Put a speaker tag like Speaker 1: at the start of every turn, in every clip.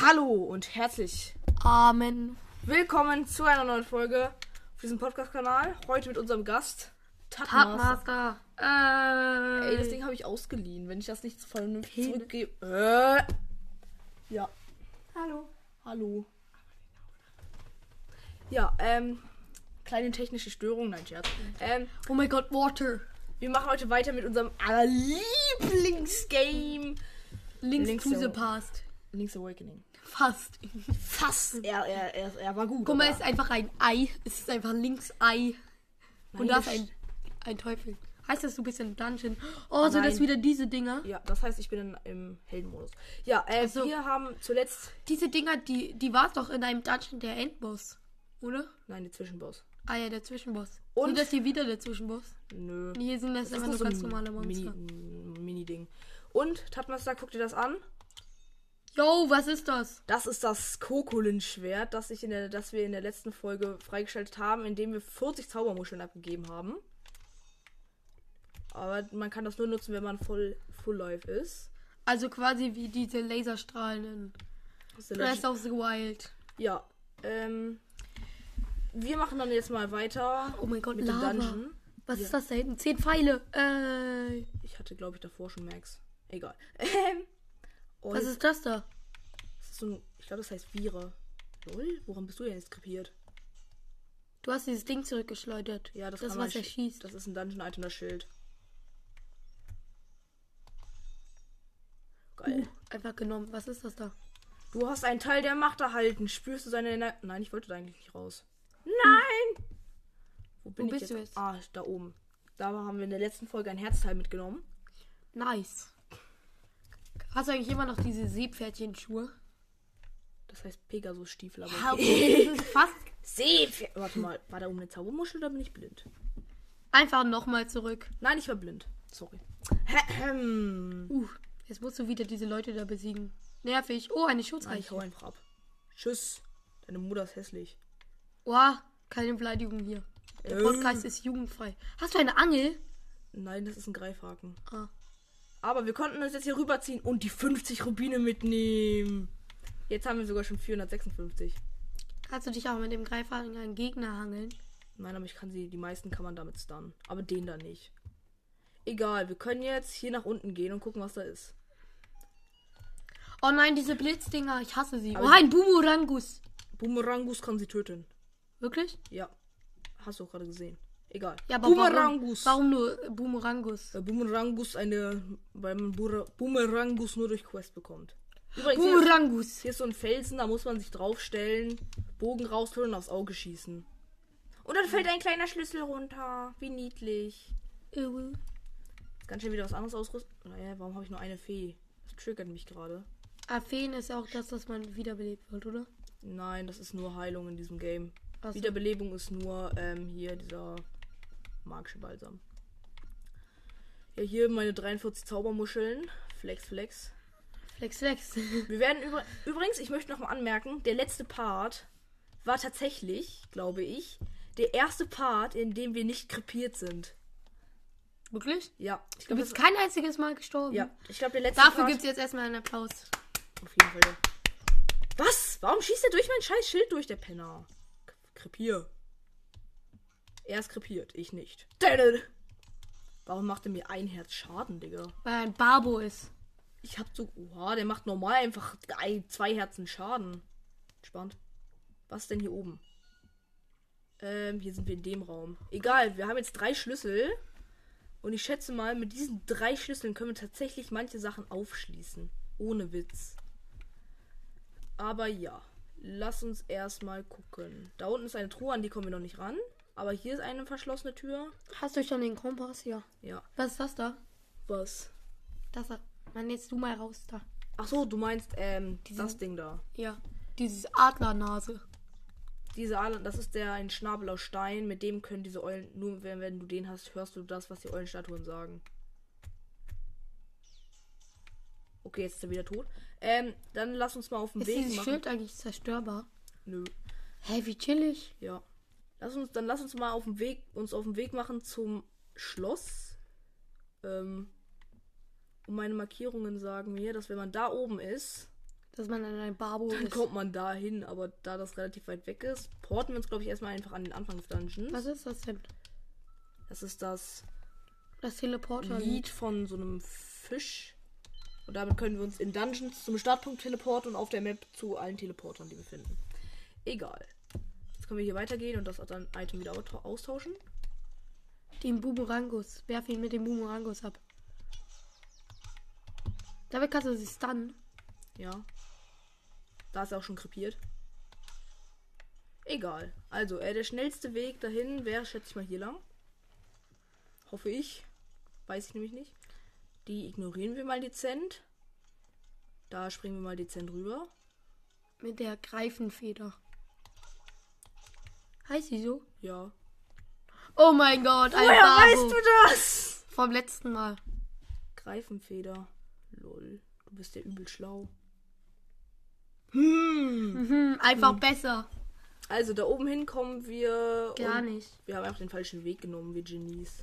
Speaker 1: Hallo und herzlich
Speaker 2: Amen.
Speaker 1: willkommen zu einer neuen Folge auf diesem Podcast-Kanal. Heute mit unserem Gast Tatmaster.
Speaker 2: Tatmaster.
Speaker 1: Ey, das
Speaker 2: Äh.
Speaker 1: Ding habe ich ausgeliehen. Wenn ich das nicht vernünftig
Speaker 2: Hin-
Speaker 1: zurückgebe. Äh, ja,
Speaker 2: Hallo.
Speaker 1: hallo. Ja, ähm, kleine technische Störung, nein, Scherz. Ähm,
Speaker 2: Oh mein Gott, Water.
Speaker 1: wir machen heute weiter mit unserem Lieblingsgame.
Speaker 2: Links,
Speaker 1: Links
Speaker 2: to the
Speaker 1: der-
Speaker 2: past.
Speaker 1: Link's Awakening.
Speaker 2: Fast.
Speaker 1: Fast. Er, er, er, er war gut.
Speaker 2: Guck mal,
Speaker 1: aber-
Speaker 2: es ist einfach ein Ei. Es ist einfach links Ei. Und
Speaker 1: Nein,
Speaker 2: da ist
Speaker 1: das-
Speaker 2: ein, ein Teufel. Heißt das, du bist in Dungeon? Oh, sind
Speaker 1: Nein.
Speaker 2: das wieder diese Dinger?
Speaker 1: Ja, das heißt, ich bin in, im Heldenmodus. Ja, äh,
Speaker 2: so.
Speaker 1: wir haben zuletzt.
Speaker 2: Diese Dinger, die, die war es doch in einem Dungeon der Endboss. Oder?
Speaker 1: Nein, die Zwischenboss.
Speaker 2: Ah ja, der Zwischenboss.
Speaker 1: Und-
Speaker 2: Und das hier wieder der Zwischenboss.
Speaker 1: Nö.
Speaker 2: Und Hier sind das,
Speaker 1: Das
Speaker 2: einfach
Speaker 1: nur
Speaker 2: nur ganz
Speaker 1: ein
Speaker 2: normale Monster.
Speaker 1: Mini- Mini-Ding. Und, Tatmaster, guck dir das an.
Speaker 2: Yo, was ist das?
Speaker 1: Das ist das Kokolin-Schwert, das, ich in der- das wir in der letzten Folge freigeschaltet haben, indem wir 40 Zaubermuscheln abgegeben haben. Aber man kann das nur nutzen, wenn man voll Full Life ist.
Speaker 2: Also quasi wie diese Laserstrahlen
Speaker 1: Das
Speaker 2: in
Speaker 1: ist der
Speaker 2: Breath of the Wild.
Speaker 1: Ja. Ähm, wir machen dann jetzt mal weiter.
Speaker 2: Oh mein Gott,
Speaker 1: mit dem
Speaker 2: Lava.
Speaker 1: Dungeon.
Speaker 2: Was
Speaker 1: Ja.
Speaker 2: ist das da hinten? Zehn Pfeile. Äh,
Speaker 1: Ich hatte, glaube ich, davor schon Max. Egal. Ähm, und
Speaker 2: was ist das da?
Speaker 1: das ist so ein, ich glaube, das heißt Vira. Lol, woran bist du denn jetzt krepiert?
Speaker 2: Du hast dieses Ding zurückgeschleudert.
Speaker 1: Ja, das,
Speaker 2: das
Speaker 1: kann man
Speaker 2: was er
Speaker 1: sch-
Speaker 2: schießt.
Speaker 1: Das ist ein Dungeon-Item, das Schild. Geil.
Speaker 2: Uh, einfach genommen. Was ist das da?
Speaker 1: Du hast einen Teil der Macht erhalten. Spürst du seine Ener Nein, ich wollte da eigentlich nicht raus. Nein! Wo bin
Speaker 2: Wo
Speaker 1: ich
Speaker 2: bist du
Speaker 1: jetzt?
Speaker 2: jetzt?
Speaker 1: Ah, da oben. Da haben wir in der letzten Folge ein Herzteil mitgenommen.
Speaker 2: Nice. Hast du eigentlich immer noch diese Seepferdchenschuhe?
Speaker 1: Das heißt Pegasus-Stiefel. aber-
Speaker 2: das ist fast
Speaker 1: Seepferd. Warte mal, war da oben eine Zaubermuschel oder bin ich blind?
Speaker 2: einfach nochmal zurück.
Speaker 1: Nein, ich war blind. Sorry. Ahem.
Speaker 2: Uh, jetzt musst du wieder diese Leute da besiegen. Nervig. Oh, eine
Speaker 1: Nein, ich hau
Speaker 2: Schutzeiche.
Speaker 1: einfach ab. Tschüss. Deine Mutter ist hässlich.
Speaker 2: Wow, keine Beleidigung hier. Der
Speaker 1: Ähm.
Speaker 2: Podcast ist jugendfrei. Hast du eine Angel?
Speaker 1: Nein, das ist ein Greifhaken.
Speaker 2: Ah.
Speaker 1: Aber wir konnten uns jetzt hier rüberziehen und die 50 Rubine mitnehmen. Jetzt haben wir sogar schon 456.
Speaker 2: Kannst du dich auch mit dem Greifhaken an Gegner hangeln?
Speaker 1: Nein, aber ich kann sie, die meisten kann man damit stunnen. Aber den da nicht. Egal, wir können jetzt hier nach unten gehen und gucken, was da ist.
Speaker 2: Oh nein, diese Blitzdinger, ich hasse sie.
Speaker 1: Aber
Speaker 2: oh, ein Boomerangus.
Speaker 1: Boomerangus kann sie töten.
Speaker 2: Wirklich?
Speaker 1: Ja. Hast du auch gerade gesehen. Egal.
Speaker 2: Ja, aber
Speaker 1: Boomerangus.
Speaker 2: Warum, warum nur äh, Boomerangus?
Speaker 1: Weil Boomerangus Äh, eine, weil man Bura- Boomerangus nur durch Quest bekommt. Übrigens, hier ist,
Speaker 2: Boomerangus.
Speaker 1: hier ist so ein Felsen, da muss man sich draufstellen, Bogen rausholen und aufs Auge schießen. Und dann fällt ein kleiner Schlüssel runter. Wie niedlich.
Speaker 2: Äh,
Speaker 1: Jetzt kann ich ja wieder was anderes ausrüsten. Naja, warum habe ich nur eine Fee? Das triggert mich gerade.
Speaker 2: Athen ist auch das, dass man wiederbelebt wird, oder?
Speaker 1: Nein, das ist nur Heilung in diesem Game.
Speaker 2: Ach so.
Speaker 1: Wiederbelebung ist nur ähm, hier dieser magische Balsam. Ja, hier meine 43 Zaubermuscheln. Flex, flex.
Speaker 2: Flex, flex.
Speaker 1: Wir werden über übrigens, ich möchte nochmal anmerken, der letzte Part war tatsächlich, glaube ich, der erste Part, in dem wir nicht krepiert sind.
Speaker 2: Wirklich?
Speaker 1: Ja, ich
Speaker 2: Du
Speaker 1: glaube,
Speaker 2: bist kein einziges Mal gestorben.
Speaker 1: ja, ich glaube, der letzte
Speaker 2: Dafür
Speaker 1: Part.
Speaker 2: gibt es jetzt erstmal einen Applaus.
Speaker 1: auf jeden Fall. Was? Warum schießt er durch mein scheiß Schild durch, der Penner? K- Krepier. Er ist krepiert, ich nicht. Dädel. Warum macht er mir ein Herz Schaden, Digga?
Speaker 2: Weil er ein Barbo ist.
Speaker 1: Ich hab so. Oha, der macht normal einfach ein- zwei Herzen Schaden. Spannend. Was denn hier oben? Ähm, hier sind wir in dem Raum. Egal, wir haben jetzt drei Schlüssel. Und ich schätze mal, mit diesen drei Schlüsseln können wir tatsächlich manche Sachen aufschließen. Ohne Witz. Aber ja. Lass uns erstmal gucken. Da unten ist eine Truhe, an die kommen wir noch nicht ran. Aber hier ist eine verschlossene Tür.
Speaker 2: Hast du schon den Kompass? Ja.
Speaker 1: Ja.
Speaker 2: Was ist das da?
Speaker 1: Was?
Speaker 2: Das da. Mann, jetzt du mal raus da.
Speaker 1: Ach so, du meinst, ähm, das Ding da.
Speaker 2: Ja. Dieses Adlernase.
Speaker 1: Diese Ahle, das ist der ein Schnabel aus Stein, mit dem können diese Eulen, nur wenn, wenn du den hast, hörst du das, was die Eulenstatuen sagen. Okay, jetzt ist er wieder tot. Ähm, dann lass uns mal auf den
Speaker 2: Ist
Speaker 1: Weg
Speaker 2: dieses
Speaker 1: machen.
Speaker 2: Schild eigentlich zerstörbar?
Speaker 1: Nö,
Speaker 2: Hey, wie chillig.
Speaker 1: ja. Lass uns, dann lass uns mal auf den Weg, uns auf den Weg machen zum Schloss. Ähm, und meine Markierungen sagen mir, dass wenn man da oben ist,
Speaker 2: Dass man an ein Barbo
Speaker 1: Dann
Speaker 2: ist.
Speaker 1: kommt man da hin, aber da das relativ weit weg ist, porten wir uns, glaube ich, erstmal einfach an den Anfang des Dungeons.
Speaker 2: Was ist das denn?
Speaker 1: Das ist das
Speaker 2: Das Teleporter.
Speaker 1: Lied von so einem Fisch. Und damit können wir uns in Dungeons zum Startpunkt teleporten und auf der Map zu allen Teleportern, die wir finden. Egal. Jetzt können wir hier weitergehen und das dann Item wieder austau- austauschen.
Speaker 2: Den Boomerangus. Werf ihn mit dem Boomerangus ab. Damit kannst du sie stunnen.
Speaker 1: Ja. Da ist er auch schon krepiert. Egal. Also, äh, der schnellste Weg dahin wäre, schätze ich mal, hier lang. Hoffe ich. Weiß ich nämlich nicht. Die ignorieren wir mal dezent. Da springen wir mal dezent rüber.
Speaker 2: Mit der Greifenfeder. Heißt sie so?
Speaker 1: Ja.
Speaker 2: Oh mein Gott, ein
Speaker 1: Woher
Speaker 2: Barbo.
Speaker 1: weißt du das?
Speaker 2: Vom letzten Mal.
Speaker 1: Greifenfeder. Lol. Du bist ja übel schlau. Hm.
Speaker 2: Mhm, einfach besser.
Speaker 1: Also, da oben hin kommen wir.
Speaker 2: Gar
Speaker 1: und
Speaker 2: nicht.
Speaker 1: Wir haben einfach den falschen Weg genommen, wir Genies.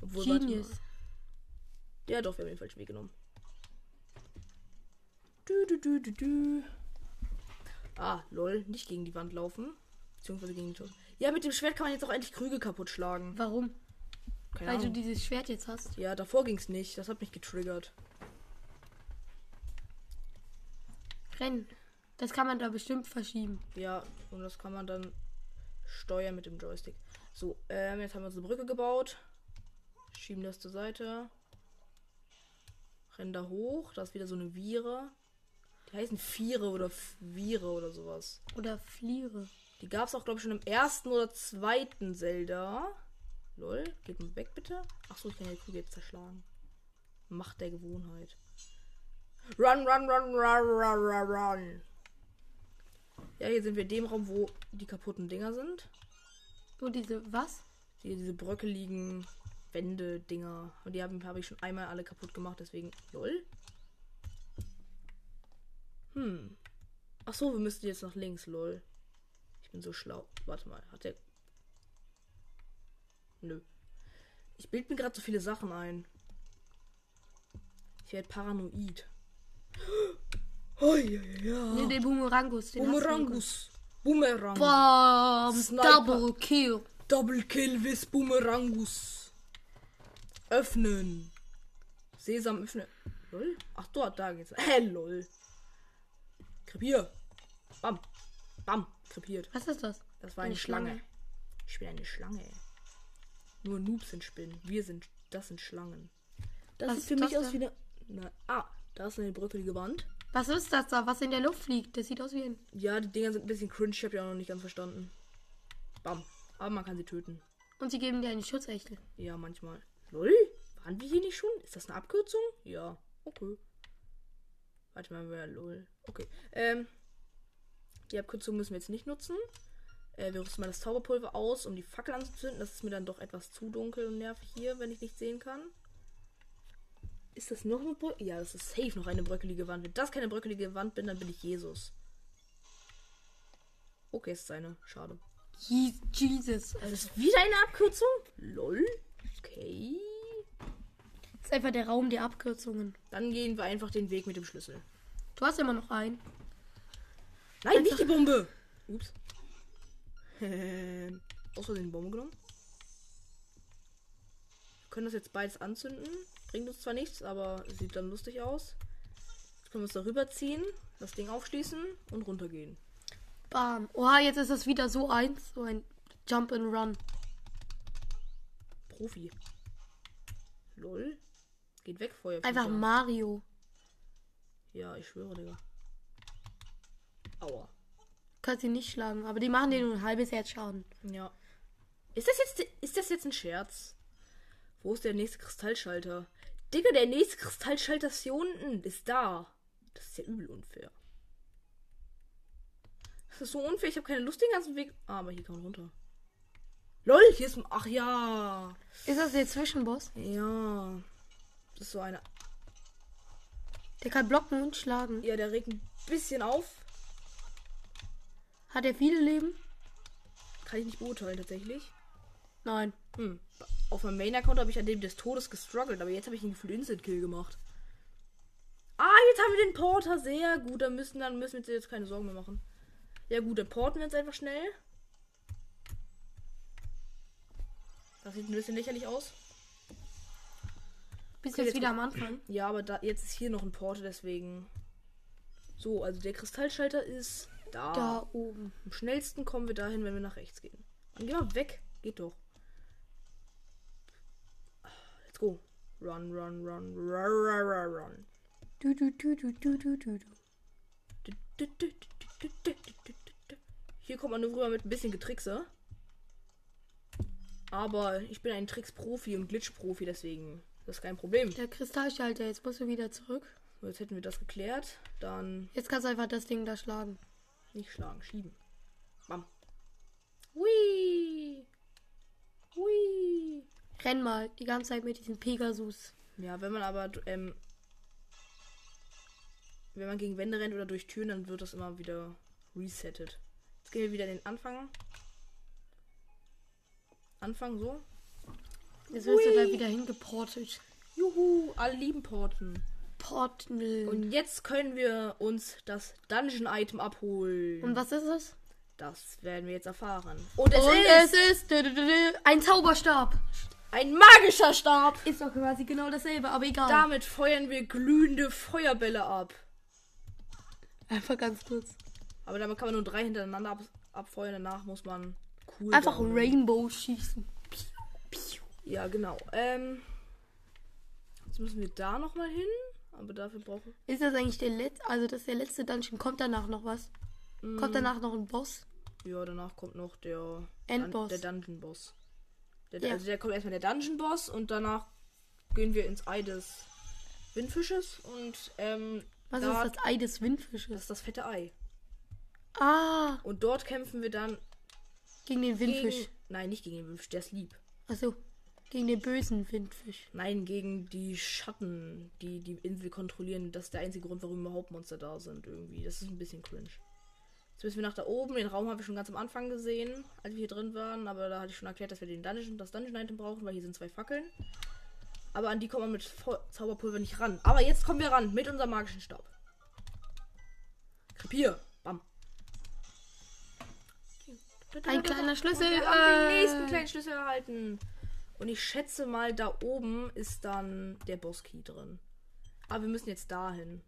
Speaker 1: Obwohl, warte
Speaker 2: Genius.
Speaker 1: mal. Ja, doch, wir haben den falschen Weg genommen. Du, du, du, du, du. Ah, lol, nicht gegen die Wand laufen. Beziehungsweise gegen die Tür. Ja, mit dem Schwert kann man jetzt auch endlich Krüge kaputt schlagen.
Speaker 2: Warum?
Speaker 1: Keine
Speaker 2: Weil du
Speaker 1: Ahnung.
Speaker 2: dieses Schwert jetzt hast.
Speaker 1: Ja, davor ging's nicht. Das hat mich getriggert.
Speaker 2: Rennen. Das kann man da bestimmt verschieben.
Speaker 1: Ja, und das kann man dann steuern mit dem Joystick. So, ähm, jetzt haben wir unsere Brücke gebaut. Schieben das zur Seite. Rennen da hoch. Da ist wieder so eine Viere. Die heißen Viere oder F- Viere oder sowas.
Speaker 2: Oder fliere.
Speaker 1: Die gab es auch, glaube ich, schon im ersten oder zweiten Zelda. Lol, geht mal weg bitte. Achso, ich kann ja die Kugel jetzt zerschlagen. Macht der Gewohnheit. Run, run, run, run, run, run, run. Ja, hier sind wir in dem Raum, wo die kaputten Dinger sind.
Speaker 2: Nur diese, was?
Speaker 1: Hier diese bröckeligen Wände, Dinger. Und die habe hab ich schon einmal alle kaputt gemacht, deswegen. Lol. Hm. Ach so, wir müssen jetzt nach links, lol. Ich bin so schlau. Warte mal, hat der. Nö. Ich bild mir gerade so viele Sachen ein. Ich werde paranoid. Oh ja, ja.
Speaker 2: Nee, den Boomerangus. Den hast du
Speaker 1: Boomerangus. Boomerang.
Speaker 2: nicht. Bam,
Speaker 1: Sniper.
Speaker 2: Double Kill.
Speaker 1: Double Kill with Boomerangus. Öffnen. Sesam öffnen. Lol? Ach dort, da geht's. Hä, lol. Krepier. Bam. Bam. Krepiert.
Speaker 2: Was ist das?
Speaker 1: Das war eine, Schlange. Ich bin eine Schlange. Nur Noobs sind Spinnen. Wir sind. Das sind Schlangen. Das
Speaker 2: Was
Speaker 1: sieht für
Speaker 2: ist
Speaker 1: mich
Speaker 2: das
Speaker 1: aus wie
Speaker 2: denn?
Speaker 1: eine. Na, ah, da ist eine bröckelige Wand.
Speaker 2: Was ist das da, was in der Luft fliegt? Das sieht aus wie ein.
Speaker 1: Ja, die Dinger sind ein bisschen cringe. Ich hab ja auch noch nicht ganz verstanden. Bam. Aber man kann sie töten.
Speaker 2: Und sie geben dir einen Schutzechtel.
Speaker 1: Ja, manchmal. Lol? Waren wir hier nicht schon? Ist das eine Abkürzung? Ja. Okay. Warte mal, wir lol. Okay. Ähm, die Abkürzung müssen wir jetzt nicht nutzen. Äh, wir rüsten mal das Zauberpulver aus, um die Fackel anzuzünden. Das ist mir dann doch etwas zu dunkel und nervig hier, wenn ich nicht sehen kann. Ist das noch eine Brücke? Ja, das ist safe noch eine bröckelige Wand. Wenn das keine bröckelige Wand bin, dann bin ich Jesus. Okay, ist eine. Schade.
Speaker 2: Je- Jesus.
Speaker 1: Das
Speaker 2: Das
Speaker 1: ist wieder eine Abkürzung? Lol. Okay.
Speaker 2: ist einfach der Raum der Abkürzungen.
Speaker 1: Dann gehen wir einfach den Weg mit dem Schlüssel.
Speaker 2: Du hast immer noch einen.
Speaker 1: Nein, nicht die Bombe! Ups. Ähm, Aus Versehen die Bombe genommen. Wir können das jetzt beides anzünden. Bringt uns zwar nichts, aber sieht dann lustig aus. Jetzt können wir uns da rüberziehen, das Ding aufschließen und runtergehen.
Speaker 2: Bam. Oha, jetzt ist das wieder so eins. So ein Jump and Run.
Speaker 1: Profi. Lol. Geht weg, Feuer.
Speaker 2: Einfach Mario.
Speaker 1: Ja, ich schwöre, Digga. Aua.
Speaker 2: Kannst ihn nicht schlagen, aber die machen dir nur ein halbes Herz Schaden.
Speaker 1: Ja. Ist das jetzt, ist das jetzt ein Scherz? Wo ist der nächste Kristallschalter? Digga, der nächste Kristallschalter ist hier unten. Ist da. Das ist ja übel unfair. Das ist so unfair. Ich habe keine Lust den ganzen Weg. Ah, aber hier kann man runter. Lol, hier ist ein. Ach ja.
Speaker 2: Ist das der Zwischenboss?
Speaker 1: Ja. Das ist so eine.
Speaker 2: Der kann blocken und schlagen.
Speaker 1: Ja, der regt ein bisschen auf.
Speaker 2: Hat er viele Leben?
Speaker 1: Kann ich nicht beurteilen, tatsächlich.
Speaker 2: Nein.
Speaker 1: Hm. Auf meinem Main-Account habe ich an dem des Todes gestruggelt, aber jetzt habe ich einen Gefühl Instant-Kill gemacht. Ah, jetzt haben wir den Porter. Sehr gut. Dann müssen, dann müssen wir uns jetzt keine Sorgen mehr machen. Ja gut, dann porten wir jetzt einfach schnell. Das sieht ein bisschen lächerlich aus.
Speaker 2: Bist
Speaker 1: Okay,
Speaker 2: jetzt
Speaker 1: jetzt
Speaker 2: wieder am Anfang.
Speaker 1: Ja, aber da, jetzt ist hier noch ein Porter, deswegen. So, also der Kristallschalter ist da.
Speaker 2: Da oben.
Speaker 1: Am schnellsten kommen wir dahin, wenn wir nach rechts gehen. Dann geh mal weg. Geht doch. Let's go. Run, run, run, run, run, run, run.
Speaker 2: Du, du, du, du, du, du, du. du.
Speaker 1: Hier kommt man nur rüber mit ein bisschen Getrickse. Aber ich bin ein Tricks-Profi und Glitch-Profi, deswegen ist das kein Problem.
Speaker 2: Der Kristallschalter, jetzt musst du wieder zurück.
Speaker 1: So, jetzt hätten wir das geklärt. Dann
Speaker 2: Jetzt kannst du einfach das Ding da schlagen.
Speaker 1: nicht schlagen, schieben. Bam. Hui. Hui.
Speaker 2: Renn mal die ganze Zeit mit diesem Pegasus.
Speaker 1: Ja, wenn man aber ähm, wenn man gegen Wände rennt oder durch Türen, dann wird das immer wieder resettet. Jetzt gehen wir wieder in den Anfang. Anfang so.
Speaker 2: Jetzt wirst du
Speaker 1: Hui.
Speaker 2: da wieder hingeportet.
Speaker 1: Juhu, alle lieben Porten.
Speaker 2: Porten. Und,
Speaker 1: Und jetzt können wir uns das Dungeon-Item abholen.
Speaker 2: was ist es?
Speaker 1: Das werden wir jetzt erfahren. Und es
Speaker 2: Und
Speaker 1: ist
Speaker 2: es ist dü- dü- dü- dü- ein Zauberstab.
Speaker 1: ein magischer Stab.
Speaker 2: Ist doch quasi genau dasselbe, aber egal.
Speaker 1: Damit feuern wir glühende Feuerbälle ab.
Speaker 2: Einfach ganz kurz.
Speaker 1: Aber damit kann man nur drei hintereinander ab abfeuern. Danach muss man cool
Speaker 2: Einfach
Speaker 1: down.
Speaker 2: Rainbow schießen.
Speaker 1: Ja, genau. Ähm, jetzt müssen wir da nochmal hin. Aber dafür brauchen
Speaker 2: Ist das eigentlich der letzte, also das ist der letzte Dungeon? Kommt danach noch was? Kommt danach noch ein Boss?
Speaker 1: Ja, danach kommt noch der.
Speaker 2: Endboss.
Speaker 1: Der Dungeon-Boss. Der,
Speaker 2: Ja.
Speaker 1: Also, der kommt erstmal der Dungeon-Boss und danach gehen wir ins Ei des Windfisches und. Ähm,
Speaker 2: Was
Speaker 1: da,
Speaker 2: ist das Ei des
Speaker 1: Das
Speaker 2: Windfisches?
Speaker 1: ist das fette Ei.
Speaker 2: Ah,
Speaker 1: Und dort kämpfen wir dann.
Speaker 2: gegen den Windfisch.
Speaker 1: Gegen, nein, nicht gegen den Windfisch, der ist lieb.
Speaker 2: Achso, gegen den bösen Windfisch.
Speaker 1: Nein, gegen die Schatten, die die Insel kontrollieren. Das ist der einzige Grund, warum überhaupt Monster da sind, irgendwie. Das ist ein bisschen cringe. Jetzt müssen wir nach da oben. Den Raum habe ich schon ganz am Anfang gesehen, als wir hier drin waren. Aber da hatte ich schon erklärt, dass wir den Dungeon, das Dungeon-Item brauchen, weil hier sind zwei Fackeln. Aber an die kommt man mit Feu- Zauberpulver nicht ran. Aber jetzt kommen wir ran mit unserem magischen Stab. Krepier. Bam.
Speaker 2: Ein kleiner Schlüssel,
Speaker 1: Und wir haben den
Speaker 2: äh.
Speaker 1: nächsten kleinen Schlüssel erhalten. Und ich schätze mal, da oben ist dann der Bosskey drin. Aber wir müssen jetzt dahin.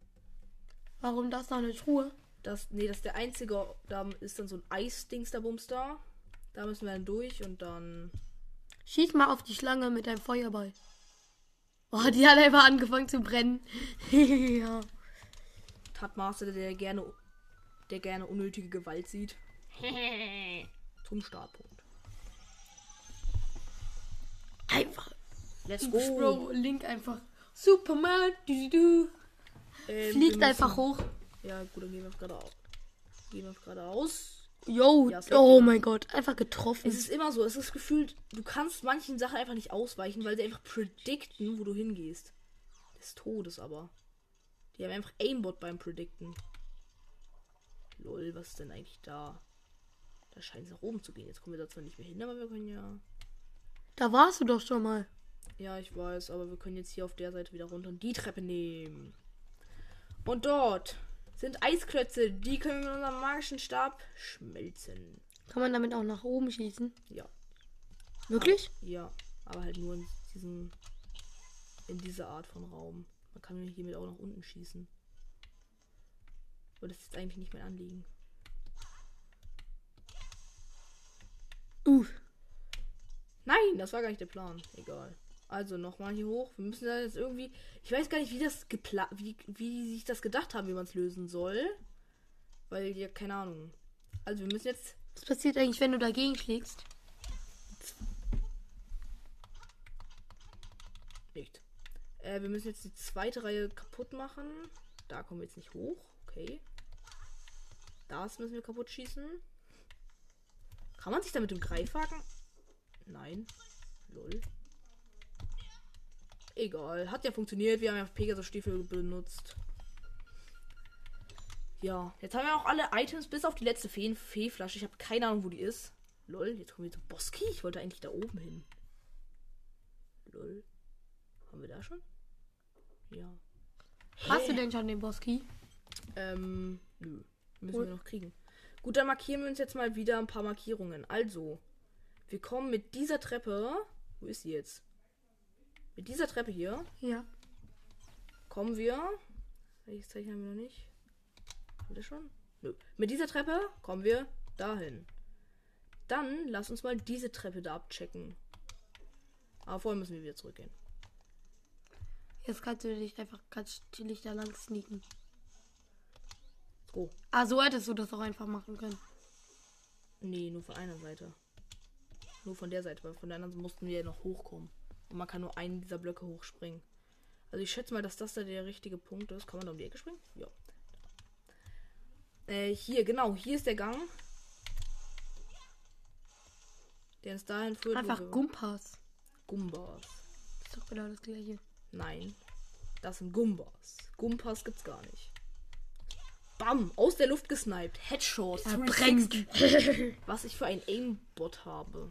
Speaker 2: Warum das noch eine Truhe?
Speaker 1: Das, nee, das ist der einzige. Da ist dann so ein Eisdings der Bums da. Da müssen wir dann durch und dann.
Speaker 2: Schieß mal auf die Schlange mit deinem Feuerball. Oh, die hat einfach angefangen zu brennen. ja.
Speaker 1: Tatmaster, der gerne, der gerne unnötige Gewalt sieht. Zum Startpunkt.
Speaker 2: Einfach.
Speaker 1: Let's
Speaker 2: Bro, Link einfach. Superman. Du, du, du.
Speaker 1: Ähm, wir
Speaker 2: Fliegt
Speaker 1: müssen-
Speaker 2: einfach hoch.
Speaker 1: Ja, gut, dann gehen wir auf geradeaus. Gehen wir auf geradeaus.
Speaker 2: Yo,
Speaker 1: Ja, es geht
Speaker 2: oh
Speaker 1: nicht.
Speaker 2: mein Gott. Einfach getroffen.
Speaker 1: Es ist immer so, es ist gefühlt, du kannst manchen Sachen einfach nicht ausweichen, weil sie einfach predikten, wo du hingehst. Des Todes aber. Die haben einfach Aimbot beim Predikten. Lol, was ist denn eigentlich da? Da scheint es nach oben zu gehen. Jetzt kommen wir da zwar nicht mehr hin, aber wir können ja.
Speaker 2: Da warst du doch schon mal.
Speaker 1: Ja, ich weiß, aber wir können jetzt hier auf der Seite wieder runter und die Treppe nehmen. Und dort sind Eisklötze, die können wir mit unserem magischen Stab schmelzen.
Speaker 2: Kann man damit auch nach oben schießen?
Speaker 1: Ja.
Speaker 2: Wirklich?
Speaker 1: Ja, aber halt nur in diesem. In dieser Art von Raum. Man kann mir hiermit auch nach unten schießen. Aber das ist eigentlich nicht mein Anliegen.
Speaker 2: Uh.
Speaker 1: Nein, das war gar nicht der Plan. Egal. Also nochmal hier hoch. Wir müssen da jetzt irgendwie. Ich weiß gar nicht, wie das geplant. Wie, wie die sich das gedacht haben, wie man es lösen soll. Weil, ja, keine Ahnung. Also wir müssen jetzt.
Speaker 2: Was passiert eigentlich, wenn du dagegen schlägst?
Speaker 1: Nicht. Äh, wir müssen jetzt die zweite Reihe kaputt machen. Da kommen wir jetzt nicht hoch. Okay. Das müssen wir kaputt schießen. Kann man sich da mit dem Greifhaken? Nein. Lol. Egal. Hat ja funktioniert. Wir haben ja Pegasus-Stiefel benutzt. Ja. Jetzt haben wir auch alle Items bis auf die letzte Feen Feeflasche. Ich habe keine Ahnung, wo die ist. Lol. Jetzt kommen wir zu Boski. Ich wollte eigentlich da oben hin. Lol. Haben wir da schon? Ja.
Speaker 2: Hast du denn schon den Boski?
Speaker 1: Ähm, nö. Müssen wir noch kriegen. Gut, dann markieren wir uns jetzt mal wieder ein paar Markierungen. Also, wir kommen mit dieser Treppe. Wo ist sie jetzt? Mit dieser Treppe hier
Speaker 2: Ja.
Speaker 1: kommen wir. Welches Zeichen haben wir noch nicht? Haben wir schon? Nö. Mit dieser Treppe kommen wir dahin. Dann lass uns mal diese Treppe da abchecken. Aber vorher müssen wir wieder zurückgehen.
Speaker 2: Jetzt kannst du dich einfach ganz chillig da lang sneaken.
Speaker 1: Oh,
Speaker 2: Ah, so hättest du das auch einfach machen können.
Speaker 1: nee, nur von einer Seite. Nur von der Seite, weil von der anderen mussten wir ja noch hochkommen. Und man kann nur einen dieser Blöcke hochspringen. Also ich schätze mal, dass das da der richtige Punkt ist. Kann man da um die Ecke springen? Ja. Äh, hier, genau, hier ist der Gang. Der ist dahin führt. wo
Speaker 2: Einfach
Speaker 1: wir-
Speaker 2: Gumpas.
Speaker 1: Gumbas.
Speaker 2: Ist doch genau das gleiche.
Speaker 1: Nein. Das sind Gumbas. Gumbas gibt's gar nicht. Bam! Aus der Luft gesniped. Headshot. 360.
Speaker 2: Verbrennt.
Speaker 1: was ich für ein Aimbot habe.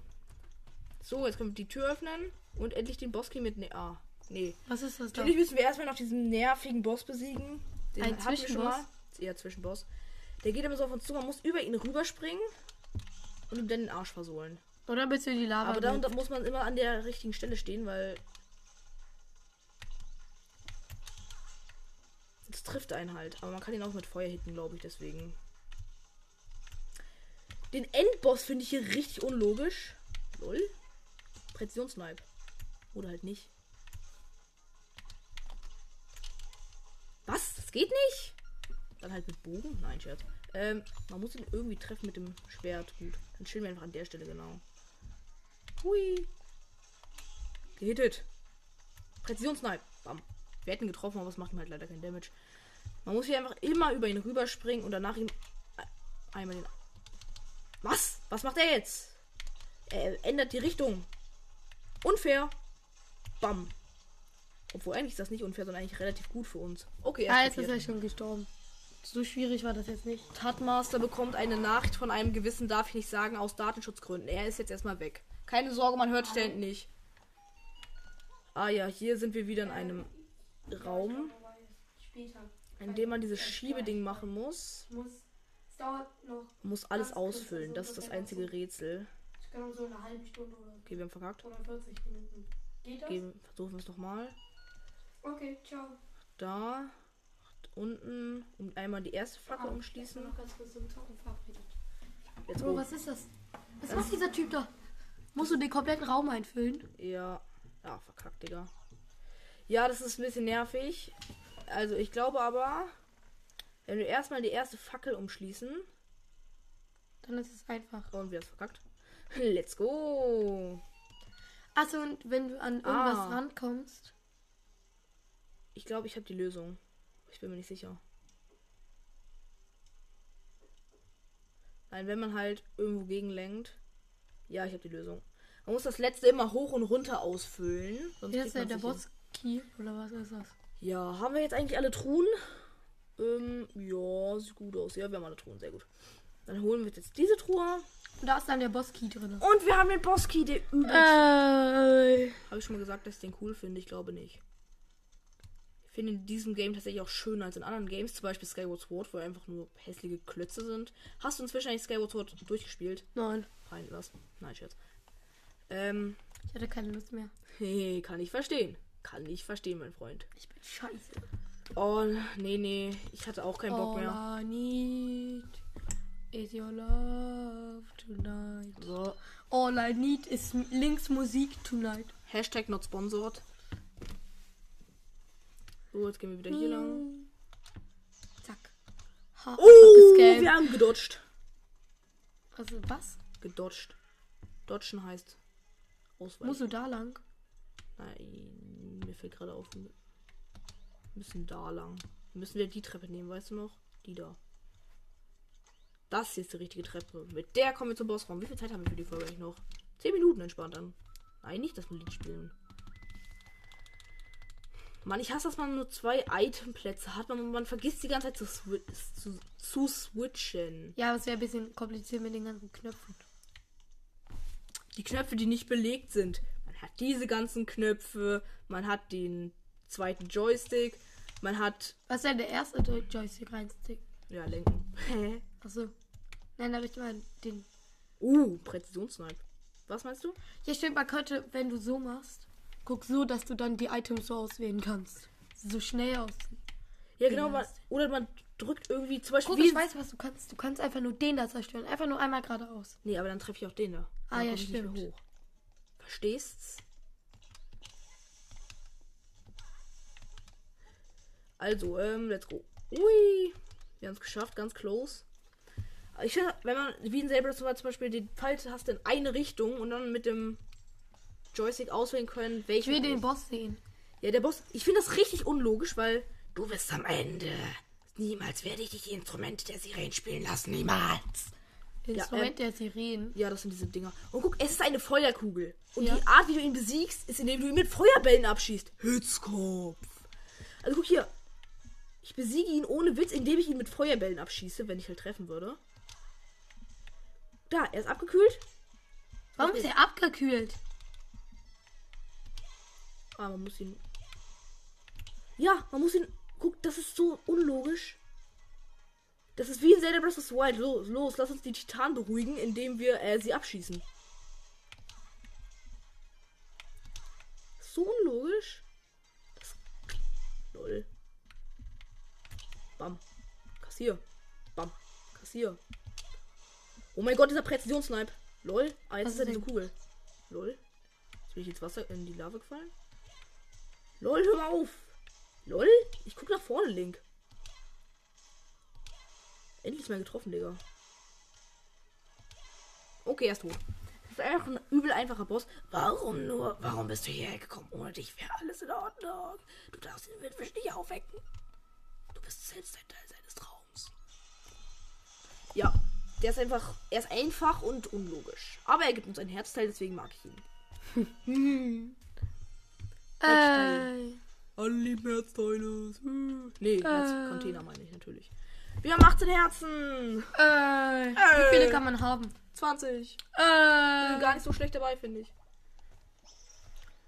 Speaker 1: So, jetzt können wir die Tür öffnen und endlich den Boss mit ne ah, nee.
Speaker 2: Was ist das da?
Speaker 1: Natürlich müssen wir erstmal noch diesen nervigen Boss besiegen. Den
Speaker 2: Ein
Speaker 1: hatten wir schon
Speaker 2: Zwischenboss?
Speaker 1: mal. Ist eher Zwischenboss. Der geht immer so auf uns zu, man muss über ihn rüberspringen und ihm dann den Arsch versohlen.
Speaker 2: Oder bist du die Lava?
Speaker 1: Aber dann da muss man immer an der richtigen Stelle stehen, weil es trifft einen halt. Aber man kann ihn auch mit Feuer hitten, glaube ich, deswegen. Den Endboss finde ich hier richtig unlogisch. Lol. Präzisionssnipe. Oder halt nicht. Was? Das geht nicht? Dann halt mit Bogen? Nein, Scherz. Ähm, man muss ihn irgendwie treffen mit dem Schwert. Gut. Dann chillen wir einfach an der Stelle genau. Hui. Gehittet. Präzisionssnipe. Bam. Wir hätten getroffen, aber es macht ihm halt leider keinen Damage. Man muss hier einfach immer über ihn rüberspringen und danach ihm ein- einmal den. Was? Was macht er jetzt? Er ändert die Richtung. Unfair. Bam. Obwohl eigentlich ist das nicht unfair, sondern eigentlich relativ gut für uns. Okay,
Speaker 2: Ah,
Speaker 1: er
Speaker 2: jetzt ist er
Speaker 1: kapiert.
Speaker 2: schon gestorben. So schwierig war das jetzt nicht.
Speaker 1: Tatmaster bekommt eine Nachricht von einem gewissen, darf ich nicht sagen, aus Datenschutzgründen. Er ist jetzt erstmal weg. Keine Sorge, man hört Stand nicht. Ah ja, hier sind wir wieder in einem Raum,
Speaker 3: Später.
Speaker 1: in dem man dieses Schiebeding machen muss.
Speaker 3: Ich muss. Es dauert noch,
Speaker 1: Man muss alles ausfüllen. Das ist das einzige Rätsel.
Speaker 3: ich glaube, so eine halbe Stunde oder
Speaker 1: Okay, wir haben verkackt.
Speaker 3: 140 Minuten. Geht das?
Speaker 1: Gehen, versuchen wir es nochmal.
Speaker 3: Okay, ciao.
Speaker 1: Da. Unten. Und einmal die erste Fackel
Speaker 3: Ah,
Speaker 1: umschließen.
Speaker 3: ich bin noch ganz kurz zum Zocken verabredet.
Speaker 1: Jetzt
Speaker 2: Oh,
Speaker 1: oben.
Speaker 2: was ist das? Was macht dieser Typ da? Musst du den kompletten Raum einfüllen?
Speaker 1: Ja. Ah, verkackt, Digga. Ja, das ist ein bisschen nervig. Also, ich glaube aber, wenn wir erstmal die erste Fackel umschließen.
Speaker 2: Dann ist es einfach.
Speaker 1: Und wir haben es verkackt. Let's go.
Speaker 2: Achso, und wenn du an irgendwas
Speaker 1: Ah.
Speaker 2: rankommst.
Speaker 1: Ich glaube, ich habe die Lösung. Ich bin mir nicht sicher. Nein, wenn man halt irgendwo gegenlenkt. Ja, ich habe die Lösung. Man muss das letzte immer hoch und runter ausfüllen. Sonst
Speaker 2: Wie
Speaker 1: kriegt
Speaker 2: ist der,
Speaker 1: man's nicht
Speaker 2: der
Speaker 1: hin.
Speaker 2: Boss-Key? Oder was ist das?
Speaker 1: Ja, haben wir jetzt eigentlich alle Truhen? Ähm, ja, sieht gut aus. Ja, wir haben alle Truhen, sehr gut. Dann holen wir jetzt diese Truhe.
Speaker 2: Und da ist dann der Boss-Key drin.
Speaker 1: Und wir haben den Boski, der übelst.
Speaker 2: Äh.
Speaker 1: Habe ich schon mal gesagt, dass ich den cool finde? Ich glaube nicht. Ich finde in diesem Game tatsächlich auch schöner als in anderen Games, zum Beispiel Skyward Sword, wo einfach nur hässliche Klötze sind. Hast du inzwischen eigentlich Skyward Sword durchgespielt?
Speaker 2: Nein,
Speaker 1: Nein, was? Nein, Scherz. Ähm,
Speaker 2: ich hatte keine Lust mehr.
Speaker 1: kann ich verstehen. Kann ich verstehen, mein Freund.
Speaker 2: Ich bin scheiße.
Speaker 1: Oh, nee, nee, ich hatte auch keinen Bock
Speaker 2: All
Speaker 1: mehr.
Speaker 2: I need is your love tonight.
Speaker 1: So,
Speaker 2: All I need is links Musik tonight.
Speaker 1: Hashtag not sponsored. So, jetzt gehen wir wieder hier lang.
Speaker 2: Zack. Ha,
Speaker 1: Mm. Oh,
Speaker 2: gescampt.
Speaker 1: wir haben gedodged.
Speaker 2: Was? was?
Speaker 1: Gedodged. Dodgen heißt Ausweichen.
Speaker 2: Musst du da lang?
Speaker 1: Nein, mir fällt gerade auf. Wir müssen da lang. Müssen wir die Treppe nehmen, weißt du noch? Die da. Das hier ist die richtige Treppe. Mit der kommen wir zum Bossraum. Wie viel Zeit haben wir für die Folge eigentlich noch? Zehn Minuten entspannt dann. Nein, nicht das Lied spielen. Mann, ich hasse, dass man nur zwei Itemplätze hat. Man, man vergisst die ganze Zeit zu, swi zu, zu switchen.
Speaker 2: Ja, aber es wäre ein bisschen kompliziert mit den ganzen Knöpfen.
Speaker 1: Die Knöpfe, die nicht belegt sind. Man hat diese ganzen Knöpfe. Man hat den zweiten Joystick. Man hat.
Speaker 2: Was ist denn der erste Joy- Joystick reinstick?
Speaker 1: Ja, lenken.
Speaker 2: Hä? Achso. Nein, da hab ich mal den.
Speaker 1: Uh, Präzisionssnipe. Was meinst du?
Speaker 2: Ja, stimmt, man könnte, wenn du so machst, guck so, dass du dann die Items so auswählen kannst. So schnell aus.
Speaker 1: Ja, genau.
Speaker 2: Ja.
Speaker 1: Man, oder man drückt irgendwie zum Beispiel.
Speaker 2: Guck, ich weiß, was du kannst. Du kannst einfach nur den da zerstören. Einfach nur einmal geradeaus.
Speaker 1: Nee, aber dann treffe ich auch den da.
Speaker 2: Ah,
Speaker 1: Dann
Speaker 2: ja,
Speaker 1: komm ich nicht mehr
Speaker 2: stimmt.
Speaker 1: Hoch. Verstehst's? Also, ähm, let's go. Ui! Wir haben es geschafft, ganz close. Aber Ich finde, wenn man wie in Saber zum Beispiel den Pfeil hast in eine Richtung und dann mit dem Joystick auswählen können,
Speaker 2: Ich
Speaker 1: welchen.
Speaker 2: will den Boss sehen.
Speaker 1: Ja, der Boss. Ich finde das richtig unlogisch, weil du bist am Ende. Niemals werde ich dich die Instrumente der Sirenen spielen lassen. Niemals. Ja,
Speaker 2: Den
Speaker 1: ähm,
Speaker 2: Instrument der Sirenen.
Speaker 1: Ja, das sind diese Dinger. Und guck, es ist eine Feuerkugel. Und
Speaker 2: Ja.
Speaker 1: die Art, wie du ihn besiegst, ist, indem du ihn mit Feuerbällen abschießt. Hitzkopf. Also guck hier. Ich besiege ihn ohne Witz, indem ich ihn mit Feuerbällen abschieße, wenn ich halt treffen würde. Da, er ist abgekühlt.
Speaker 2: Warum ist er abgekühlt?
Speaker 1: Ah, man muss ihn. Ja, man muss ihn. Guck, das ist so unlogisch. Das ist wie in Zelda Breath of the Wild. Los, los, lass uns die Titanen beruhigen, indem wir äh, sie abschießen. So unlogisch. Das. Lol. Bam. Kassier. Bam. Kassier. Oh mein Gott, dieser Präzisionssnipe. Lol. Ah, jetzt
Speaker 2: Was
Speaker 1: ist er
Speaker 2: ist
Speaker 1: diese
Speaker 2: denn?
Speaker 1: Kugel. Lol. Jetzt bin ich ins Wasser, in die Lava gefallen. Lol, hör mal auf. Lol, ich guck nach vorne, Link. Endlich mal getroffen, Digga. Okay, er ist tot. Das ist einfach ein übel einfacher Boss. Warum nur? Warum bist du hierher gekommen? Ohne dich wäre alles in Ordnung. Du darfst den Wildfisch nicht aufwecken. Du bist selbst ein Teil seines Traums. Ja, der ist einfach. Er ist einfach und unlogisch. Aber er gibt uns ein Herzteil, deswegen mag ich ihn.
Speaker 2: Äh,
Speaker 1: Alle lieben Herzteile. Hm. Nee, Herzcontainer meine ich natürlich. Wir haben 18 Herzen.
Speaker 2: äh, wie viele kann man haben?
Speaker 1: 20.
Speaker 2: Äh,
Speaker 1: Gar nicht so schlecht dabei, finde ich.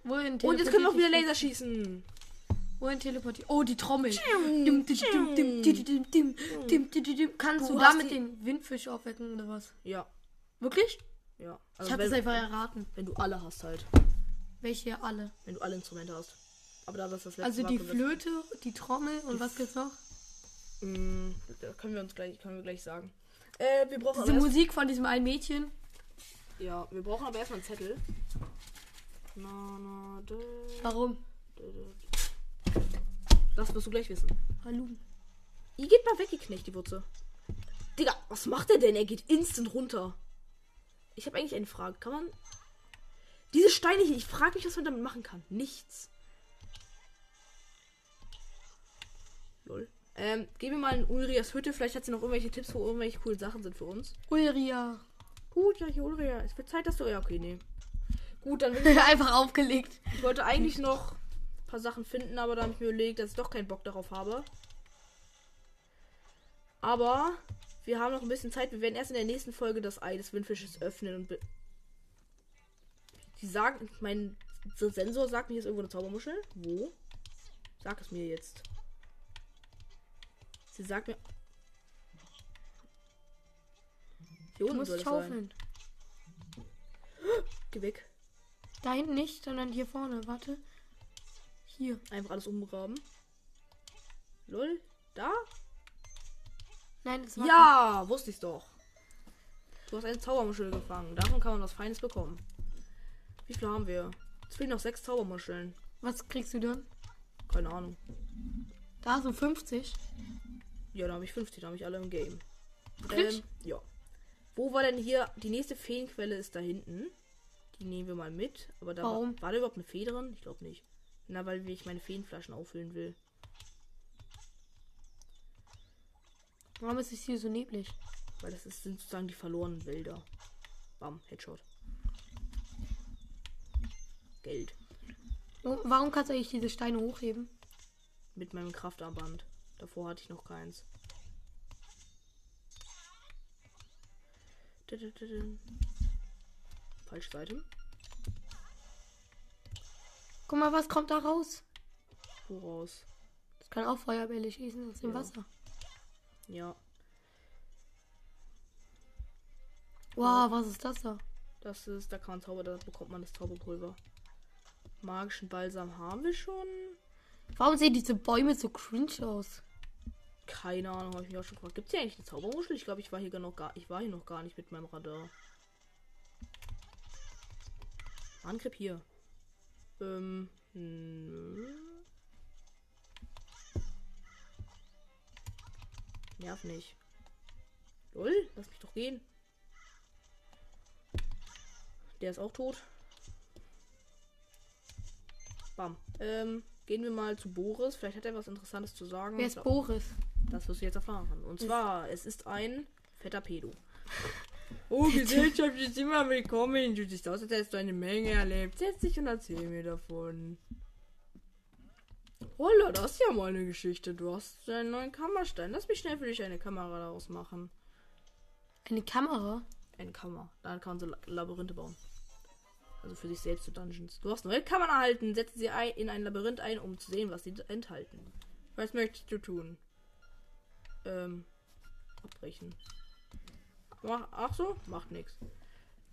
Speaker 2: wohin
Speaker 1: Und jetzt können wir auch wieder
Speaker 2: teleportiert
Speaker 1: Laser schießen.
Speaker 2: sich- Wohin teleportiert? Oh, die Trommel. Dim, dim, dim, dim, dim, dim, dim, dim, dim, dim, dim. Kannst
Speaker 1: Du
Speaker 2: du
Speaker 1: hast
Speaker 2: damit
Speaker 1: die-
Speaker 2: den Windfisch aufwecken oder was?
Speaker 1: Ja,
Speaker 2: Wirklich?
Speaker 1: ja. Also
Speaker 2: Ich hatte es
Speaker 1: wenn,
Speaker 2: einfach erraten.
Speaker 1: wenn du alle hast halt.
Speaker 2: Welche alle?
Speaker 1: Wenn du alle Instrumente hast. Aber da das das letzte
Speaker 2: Also
Speaker 1: war,
Speaker 2: die
Speaker 1: können wir-
Speaker 2: Flöte, die Trommel und was gibt's noch?
Speaker 1: Mm, da können wir uns gleich, können wir gleich sagen. Äh, wir brauchen aber
Speaker 2: Diese
Speaker 1: erst,
Speaker 2: Musik von diesem einen Mädchen.
Speaker 1: ja, wir brauchen aber erstmal einen Zettel. Na, na, dö,
Speaker 2: Warum?
Speaker 1: dö, dö. Das wirst du gleich wissen.
Speaker 2: Hallo.
Speaker 1: Ihr geht mal weg, ihr Knecht, die Wurzel. Digga, was macht er denn? Er geht instant runter. Ich habe eigentlich eine Frage. Kann man. Diese Steine hier, ich frage mich, was man damit machen kann. Nichts. Lol. Ähm, gehen wir mal in Ulrias Hütte. Vielleicht hat sie noch irgendwelche Tipps, wo irgendwelche coolen Sachen sind für uns.
Speaker 2: Ulria.
Speaker 1: Gut, ja, hier Ulria. Es wird Zeit, dass du. Ja, okay, nee. Gut, dann
Speaker 2: einfach aufgelegt.
Speaker 1: ich wollte eigentlich noch ein paar Sachen finden, aber da habe ich mir überlegt, dass ich doch keinen Bock darauf habe. Aber wir haben noch ein bisschen Zeit. Wir werden erst in der nächsten Folge das Ei des Windfisches öffnen und. be- Die sagen, mein S- Sensor sagt mir, hier ist irgendwo eine Zaubermuschel. Wo? Sag es mir jetzt. Sie sagt mir. Hier
Speaker 2: Du
Speaker 1: unten soll
Speaker 2: musst
Speaker 1: es sein.
Speaker 2: schaufeln.
Speaker 1: Geh weg.
Speaker 2: Da hinten nicht, sondern hier vorne. Warte. Hier.
Speaker 1: Einfach alles umgraben. Lol. Da?
Speaker 2: Nein, das war
Speaker 1: Ja, wusste ich doch. Du hast eine Zaubermuschel gefangen. Davon kann man was Feines bekommen. Wie viel haben wir? Es fehlen noch sechs Zaubermuscheln.
Speaker 2: Was kriegst du dann?
Speaker 1: Keine Ahnung.
Speaker 2: Da so 50.
Speaker 1: Ja, da habe ich 50, da habe ich alle im Game.
Speaker 2: Wirklich?
Speaker 1: Ähm, ja. Wo war denn hier? Die nächste Feenquelle ist da hinten. Die nehmen wir mal mit. Aber da
Speaker 2: Warum?
Speaker 1: War, war da überhaupt eine Fee drin? Ich glaube nicht. Na, weil ich meine Feenflaschen auffüllen will.
Speaker 2: Warum ist es hier so neblig?
Speaker 1: Weil das ist, sind sozusagen die verlorenen Wälder. Bam, Headshot. Geld.
Speaker 2: Warum- Warum kannst du eigentlich diese Steine hochheben?
Speaker 1: Mit meinem Kraftarmband. Davor hatte ich noch keins. Dü-dü-dü-dü. Falsche Seite.
Speaker 2: Guck mal, was kommt da raus?
Speaker 1: Woraus?
Speaker 2: Ich kann auch Feuerbälle schießen aus dem
Speaker 1: Ja.
Speaker 2: Wasser.
Speaker 1: Ja,
Speaker 2: Wow, was ist das da?
Speaker 1: das ist, da kann man Zauber, da bekommt man das Zauberpulver. Magischen Balsam haben wir schon.
Speaker 2: Warum sehen diese Bäume so cringe aus?
Speaker 1: Keine Ahnung, habe ich mich auch schon gefragt. Gibt es hier eigentlich eine Zaubermuschel? Ich glaube, ich war hier gar noch gar, ich war hier noch gar nicht mit meinem Radar. Angriff hier. Ähm, nö. Nerv nicht. Lol, lass mich doch gehen. Der ist auch tot. Bam. Ähm, gehen wir mal zu Boris. Vielleicht hat er was Interessantes zu sagen.
Speaker 2: Wer ist
Speaker 1: Da-
Speaker 2: Boris?
Speaker 1: das wirst du jetzt erfahren. Und zwar, es ist ein fetter Pedo. Oh, Gesellschaft ist immer willkommen. Du siehst aus, als hättest du eine Menge erlebt. Setz dich und erzähl mir davon. Holla, das ist ja mal eine Geschichte. Du hast einen neuen Kammerstein. Lass mich schnell für dich eine Kamera daraus machen.
Speaker 2: Eine Kamera?
Speaker 1: Eine Kammer. Da kann man so La- Labyrinthe bauen. Also für sich selbst zu Dungeons. Du hast neue Kammern erhalten. Setze sie ein, in ein Labyrinth ein, um zu sehen, was sie enthalten. Was möchtest du tun? Ähm, abbrechen. Mach, ach so, macht nichts.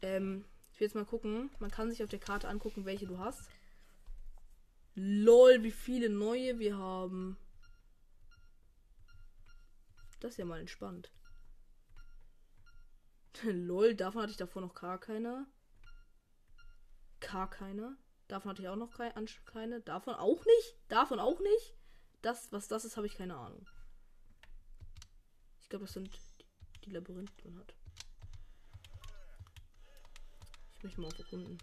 Speaker 1: Ähm, ich will jetzt mal gucken. Man kann sich auf der Karte angucken, welche du hast. Lol, wie viele neue wir haben. Das ist ja mal entspannt. Lol, davon hatte ich davor noch gar keine. Gar keine. Davon hatte ich auch noch kei- ansch- keine. Davon auch nicht. Davon auch nicht. Das, was das ist, habe ich keine Ahnung. Ich glaube, das sind die- die Labyrinth, die man hat. Ich möchte mal auf erkunden.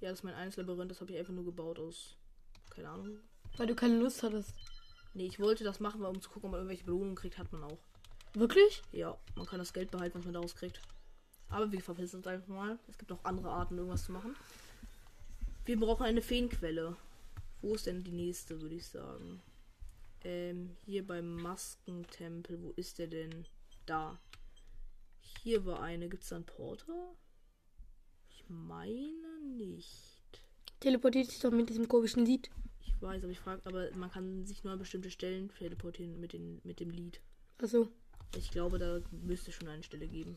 Speaker 1: Ja, das ist mein eines Labyrinth. Das habe ich einfach nur gebaut aus. Keine Ahnung.
Speaker 2: Weil du keine Lust hattest.
Speaker 1: Nee, ich wollte das machen, weil um zu gucken, ob man irgendwelche Belohnungen kriegt, hat man auch.
Speaker 2: Wirklich?
Speaker 1: Ja, man kann das Geld behalten, was man daraus kriegt. Aber wir verpissen uns einfach mal. Es gibt noch andere Arten, irgendwas zu machen. Wir brauchen eine Feenquelle. Wo ist denn die nächste, würde ich sagen? Ähm, hier beim Maskentempel. Wo ist der denn? Da. Hier war eine. Gibt es da einen Porter? Ich meine nicht.
Speaker 2: Teleportiert dich doch mit diesem komischen Lied.
Speaker 1: Ich weiß, aber ich frage, aber man kann sich nur an bestimmte Stellen teleportieren mit, den, mit dem Lied.
Speaker 2: Also,
Speaker 1: Ich glaube, da müsste schon eine Stelle geben.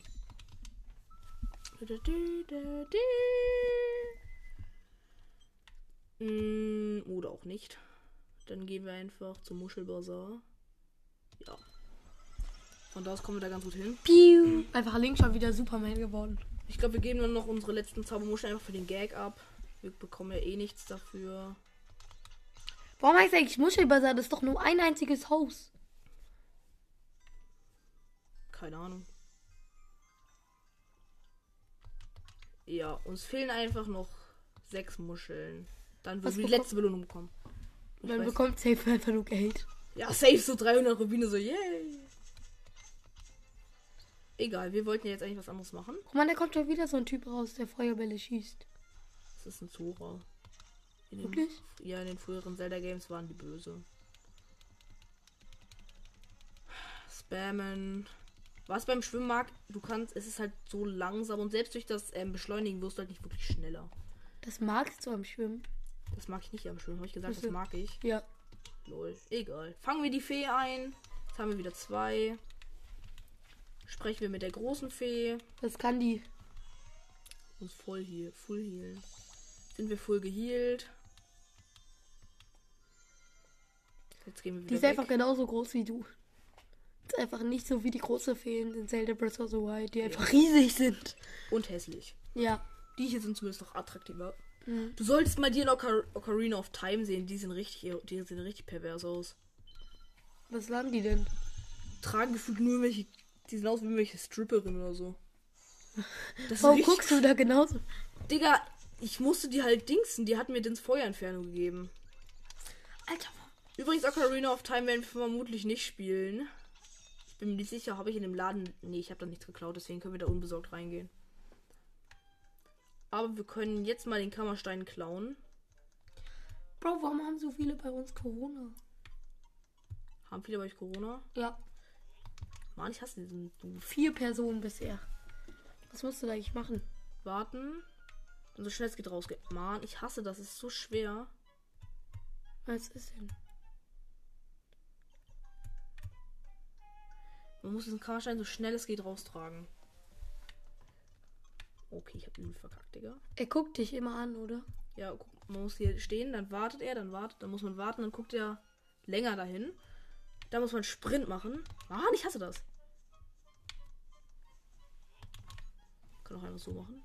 Speaker 1: Mm, Oder auch nicht. Dann gehen wir einfach zum Muschelbazar. Ja. Von da aus kommen wir da ganz gut hin.
Speaker 2: piu. Einfach links schon wieder Superman geworden.
Speaker 1: Ich glaube, wir geben dann noch unsere letzten Zaubermuscheln einfach für den Gag ab. Wir bekommen ja eh nichts dafür.
Speaker 2: Warum heißt eigentlich Muschelbazar? Das ist doch nur ein einziges Haus.
Speaker 1: Keine Ahnung. Ja, uns fehlen einfach noch sechs Muscheln. Dann würden wir
Speaker 2: Was
Speaker 1: die
Speaker 2: bekommt-
Speaker 1: letzte Belohnung bekommen.
Speaker 2: Und dann
Speaker 1: weiß-
Speaker 2: bekommt Safe einfach nur Geld.
Speaker 1: Ja, safe so 300 Rubine, so yay. Egal, wir wollten ja jetzt eigentlich was anderes machen.
Speaker 2: Guck mal, da kommt schon wieder so ein Typ raus, der Feuerbälle schießt.
Speaker 1: Das ist ein Zora. In den,
Speaker 2: Wirklich?
Speaker 1: Ja, in den früheren Zelda-Games waren die böse. Spammen. Was beim Schwimmen mag, du kannst, es ist halt so langsam und selbst durch das ähm, Beschleunigen wirst du halt nicht wirklich schneller.
Speaker 2: Das magst du am Schwimmen.
Speaker 1: Das mag ich nicht am Schwimmen, habe ich gesagt, das
Speaker 2: Mhm.
Speaker 1: mag ich.
Speaker 2: Ja.
Speaker 1: Lol. Egal. Fangen wir die Fee ein. Jetzt haben wir wieder zwei. Sprechen wir mit der großen Fee.
Speaker 2: Das kann die.
Speaker 1: Uns voll hier, full healen. Sind wir voll gehealt? Jetzt gehen wir wieder.
Speaker 2: Die ist
Speaker 1: weg.
Speaker 2: einfach genauso groß wie du. Ist einfach nicht so wie die große Feen in Zelda Breath of the Wild, die einfach riesig sind.
Speaker 1: Und hässlich.
Speaker 2: Ja.
Speaker 1: Die hier sind zumindest noch attraktiver.
Speaker 2: Mhm.
Speaker 1: Du solltest mal die in Ocar Ocarina of Time sehen. Die sehen richtig, die sehen richtig pervers aus.
Speaker 2: Was waren die denn?
Speaker 1: Tragen gefühlt nur welche. Die sehen aus wie irgendwelche Stripperinnen oder so. Das ist
Speaker 2: Warum
Speaker 1: richtig
Speaker 2: guckst du da genauso?
Speaker 1: Digga, ich musste die halt dingsen. Die hat mir den Feuerinferno gegeben.
Speaker 2: Alter,
Speaker 1: Übrigens, Ocarina of Time werden wir vermutlich nicht spielen. Ich bin mir nicht sicher, habe ich in dem Laden. Nee, ich habe da nichts geklaut, deswegen können wir da unbesorgt reingehen. Aber wir können jetzt mal den Kammerstein klauen.
Speaker 2: Bro, warum haben so viele bei uns Corona?
Speaker 1: Haben viele bei euch Corona?
Speaker 2: Ja,
Speaker 1: Mann, ich hasse diesen Doof.
Speaker 2: vier Personen bisher. Was musst du da eigentlich machen?
Speaker 1: Warten. Und so schnell es geht rausgehen. Mann, ich hasse das. Ist so schwer.
Speaker 2: Was ist denn?
Speaker 1: Man muss diesen Kammerstein so schnell es geht raustragen. Okay, ich hab übel verkackt, Digga.
Speaker 2: Er guckt dich immer an, oder?
Speaker 1: Ja, guck, man muss hier stehen, dann wartet er, dann wartet, dann muss man warten, dann guckt er länger dahin. Da muss man einen Sprint machen. Mann, ich hasse das. Kann auch einfach so machen.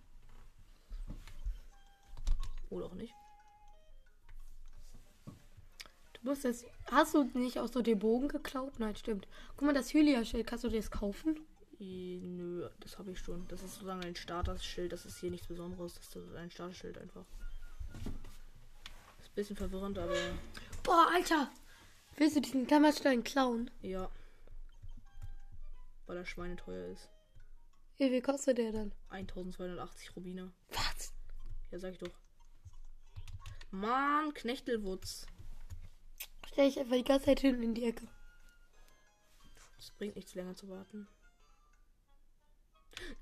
Speaker 1: Oder auch nicht.
Speaker 2: Du musst das. Hast du nicht auch so den Bogen geklaut? Nein, stimmt. Guck mal, das Hylia-Schild, kannst du dir das kaufen?
Speaker 1: I, nö, das habe ich schon. Das ist sozusagen ein Starterschild. Das ist hier nichts Besonderes. Das ist ein Starterschild einfach. Ist ein bisschen verwirrend, aber
Speaker 2: Boah, Alter! Willst du diesen Kammerstein klauen?
Speaker 1: ja. Weil er Schweine teuer ist.
Speaker 2: Wie viel kostet der dann?
Speaker 1: 1280 Rubine.
Speaker 2: Was?
Speaker 1: Ja, sag ich doch. Mann, Knechtelwutz.
Speaker 2: Stell ich einfach die ganze Zeit hinten in die Ecke.
Speaker 1: Es bringt nichts länger zu warten.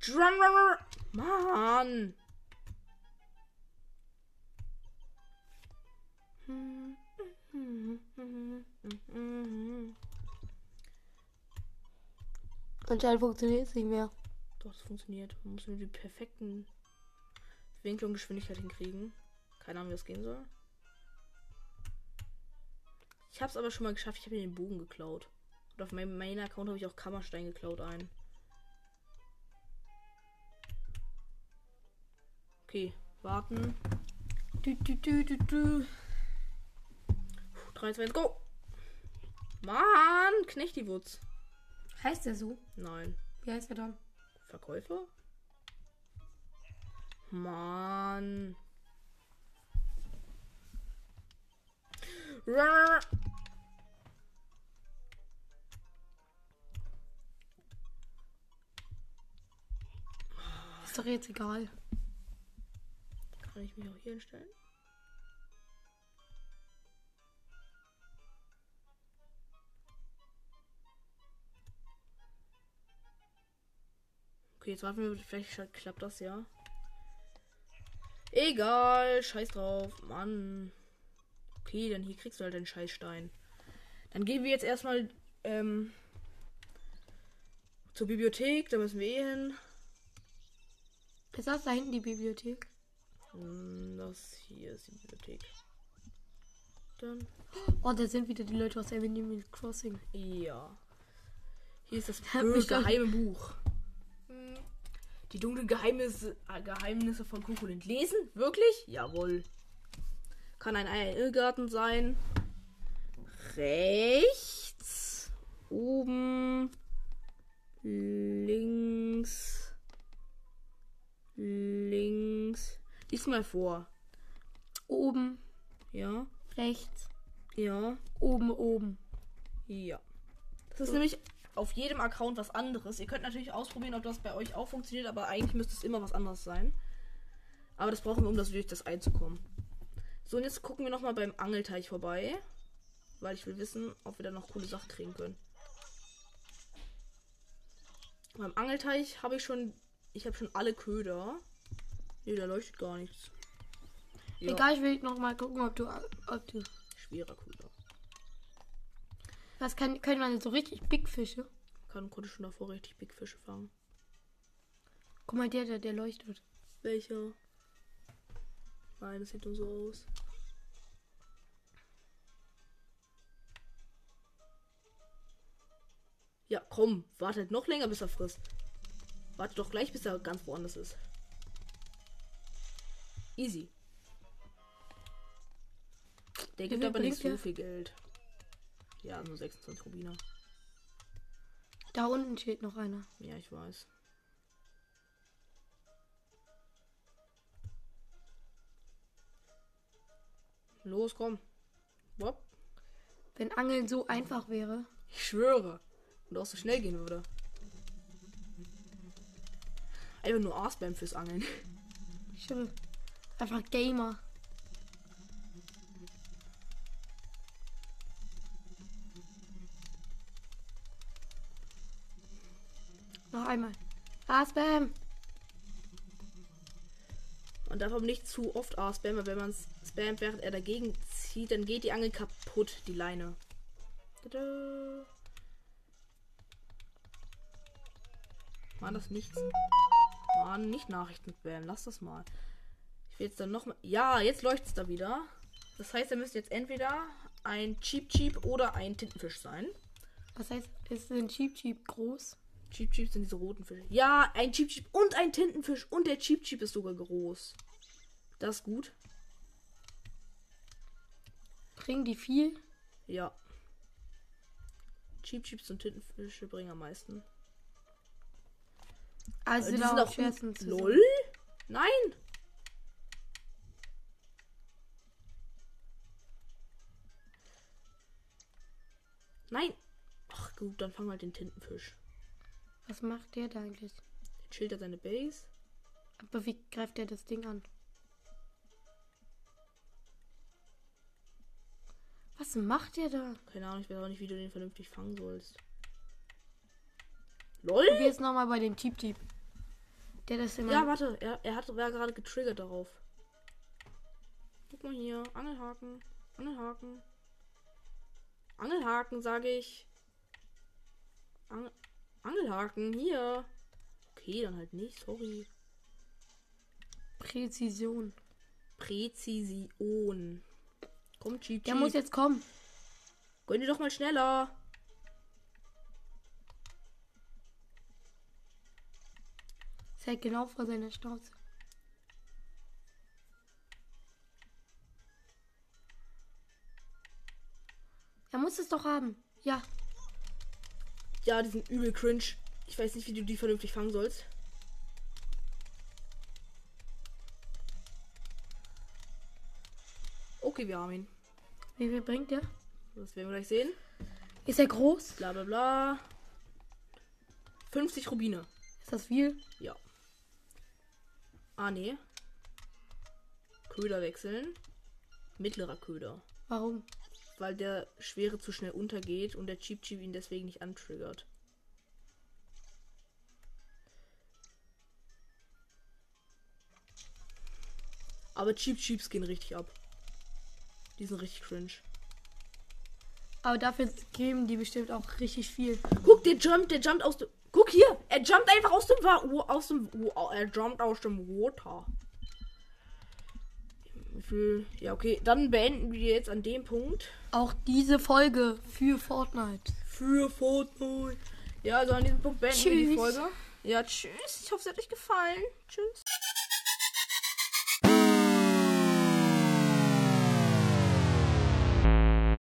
Speaker 1: Drummer! Mann! Hm.
Speaker 2: Anscheinend funktioniert es nicht mehr.
Speaker 1: Doch, das funktioniert. Man muss nur die perfekten Winkel und Geschwindigkeit hinkriegen. Keine Ahnung, wie das gehen soll. Ich habe es aber schon mal geschafft. Ich habe mir den Bogen geklaut. Und auf meinem Main-Account habe ich auch Kammerstein geklaut ein. Okay, warten.
Speaker 2: Du, du, du, du, du.
Speaker 1: 3, 2, 1, go! Mann, Knecht die Wutz.
Speaker 2: Heißt der so?
Speaker 1: Nein.
Speaker 2: Wie heißt er dann?
Speaker 1: Verkäufer? Mann. Rrrr.
Speaker 2: Ist doch jetzt egal.
Speaker 1: Kann ich mich auch hier hinstellen? Okay, jetzt warten wir, vielleicht scha- klappt das ja. Egal, scheiß drauf, Mann. Okay, dann hier kriegst du halt den Scheißstein. Dann gehen wir jetzt erstmal ähm, zur Bibliothek, da müssen wir eh hin.
Speaker 2: Ist das da hinten die Bibliothek?
Speaker 1: Mm, Das hier ist die Bibliothek. Dann
Speaker 2: Oh, da sind wieder die Leute aus Animal Crossing.
Speaker 1: Ja. Hier ist das
Speaker 2: Hat
Speaker 1: böse
Speaker 2: mich doch- Hm.
Speaker 1: geheime Buch. Die dunklen Geheimnisse, äh, Geheimnisse von Kukulin. Lesen? Wirklich? Jawohl. Kann ein Ei im Irrgarten sein. Rechts. Oben. Links. Links. Lies mal vor.
Speaker 2: Oben,
Speaker 1: Ja.
Speaker 2: rechts,
Speaker 1: Ja.
Speaker 2: oben, oben.
Speaker 1: Ja. Das ist nämlich auf jedem Account was anderes. Ihr könnt natürlich ausprobieren, ob das bei euch auch funktioniert, aber eigentlich müsste es immer was anderes sein. Aber das brauchen wir, um das durch das Ei zu kommen. So, und jetzt gucken wir nochmal beim Angelteich vorbei. Weil ich will wissen, ob wir da noch coole Sachen kriegen können. Beim Angelteich habe ich schon. Ich habe schon alle Köder. Nee, da leuchtet gar nichts. Ja.
Speaker 2: Egal, ich will noch mal gucken, ob du, ob du.
Speaker 1: Schwerer Köder.
Speaker 2: Was kann, können man so richtig Big Fische?
Speaker 1: Kann konnte schon davor richtig Big Fische fangen.
Speaker 2: Guck mal, der, der, der leuchtet.
Speaker 1: Welcher? Nein, das sieht nur so aus. Ja, komm, wartet noch länger, bis er frisst. Wartet doch gleich, bis er ganz woanders ist. Easy. Der gibt
Speaker 2: viel
Speaker 1: aber nicht
Speaker 2: bringt
Speaker 1: so
Speaker 2: der?
Speaker 1: viel Geld. Ja, nur 26 Rubiner.
Speaker 2: Da unten steht noch einer.
Speaker 1: Ja, ich weiß. Los, komm. Bob.
Speaker 2: Wenn Angeln so einfach wäre.
Speaker 1: Ich schwöre. Und auch so schnell gehen würde. Einfach nur Arschbam fürs Angeln.
Speaker 2: Schimmel. Einfach Gamer. Noch einmal. Ah, Spam.
Speaker 1: Und Man darf aber nicht zu oft A spammen, weil wenn man spammt, während er dagegen zieht, dann geht die Angel kaputt, die Leine. Tada. War das nichts? Mann, nicht Nachrichten spammen. Lass das mal. Ich will jetzt dann nochmal. Ja, jetzt leuchtet es da wieder. Das heißt, er müsste jetzt entweder ein Cheap Cheap oder ein Tintenfisch sein.
Speaker 2: Was heißt, ist ein Cheap Cheap groß?
Speaker 1: Cheap Cheap sind diese roten Fische. Ja, ein Cheap Cheap und ein Tintenfisch. Und der Cheap Cheap ist sogar groß. Das ist gut.
Speaker 2: Bringen die viel?
Speaker 1: Ja. Cheap Cheeps und Tintenfische bringen am meisten.
Speaker 2: Also
Speaker 1: Äh, die
Speaker 2: da
Speaker 1: sind
Speaker 2: auch
Speaker 1: auch
Speaker 2: schwersten
Speaker 1: gut.
Speaker 2: zu
Speaker 1: LOL? Nein! Nein! Ach gut, dann fang mal den Tintenfisch.
Speaker 2: Was macht der da eigentlich?
Speaker 1: Jetzt schildert seine Base.
Speaker 2: Aber wie greift der das Ding an? Was macht der da?
Speaker 1: Keine Ahnung, ich weiß auch nicht, wie du den vernünftig fangen sollst. LOL?
Speaker 2: Probier es nochmal bei dem Jeep Jeep. Der das immer.
Speaker 1: Ja, warte, er, er hat, war gerade getriggert darauf. Guck mal hier, Angelhaken, Angelhaken. Angelhaken, sage ich. Angel, Angelhaken, hier. Okay, dann halt nicht, sorry.
Speaker 2: Präzision.
Speaker 1: Präzision. Komm, Cheap
Speaker 2: Der
Speaker 1: Cheap.
Speaker 2: muss jetzt kommen.
Speaker 1: Gönn dir doch mal schneller.
Speaker 2: Ist halt genau vor seiner Schnauze. Er muss es doch haben. Ja.
Speaker 1: Ja, die sind übel cringe. Ich weiß nicht, wie du die vernünftig fangen sollst. Okay, wir haben ihn.
Speaker 2: Wie viel bringt der?
Speaker 1: Das werden wir gleich sehen.
Speaker 2: Ist er groß?
Speaker 1: Bla bla bla. 50 Rubine.
Speaker 2: Ist das viel?
Speaker 1: Ja. Ah, nee. Köder wechseln. Mittlerer Köder.
Speaker 2: Warum?
Speaker 1: Weil der Schwere zu schnell untergeht und der Cheap Cheap ihn deswegen nicht antriggert. Aber Cheap Cheeps gehen richtig ab. Die sind richtig cringe.
Speaker 2: Aber dafür geben die bestimmt auch richtig viel.
Speaker 1: Guck, der jumpt, der jumpt aus dem. Guck hier, er jumpt einfach aus dem Wa Wa- aus dem Wa- er jumpt aus dem Water. Wie viel- Ja, okay, dann beenden wir jetzt an dem Punkt
Speaker 2: Auch diese Folge für Fortnite.
Speaker 1: für Fortnite. Ja, also an diesem Punkt beenden wir die
Speaker 2: Tschüss.
Speaker 1: Folge. Ja, tschüss. Ich hoffe, es hat euch gefallen. Tschüss.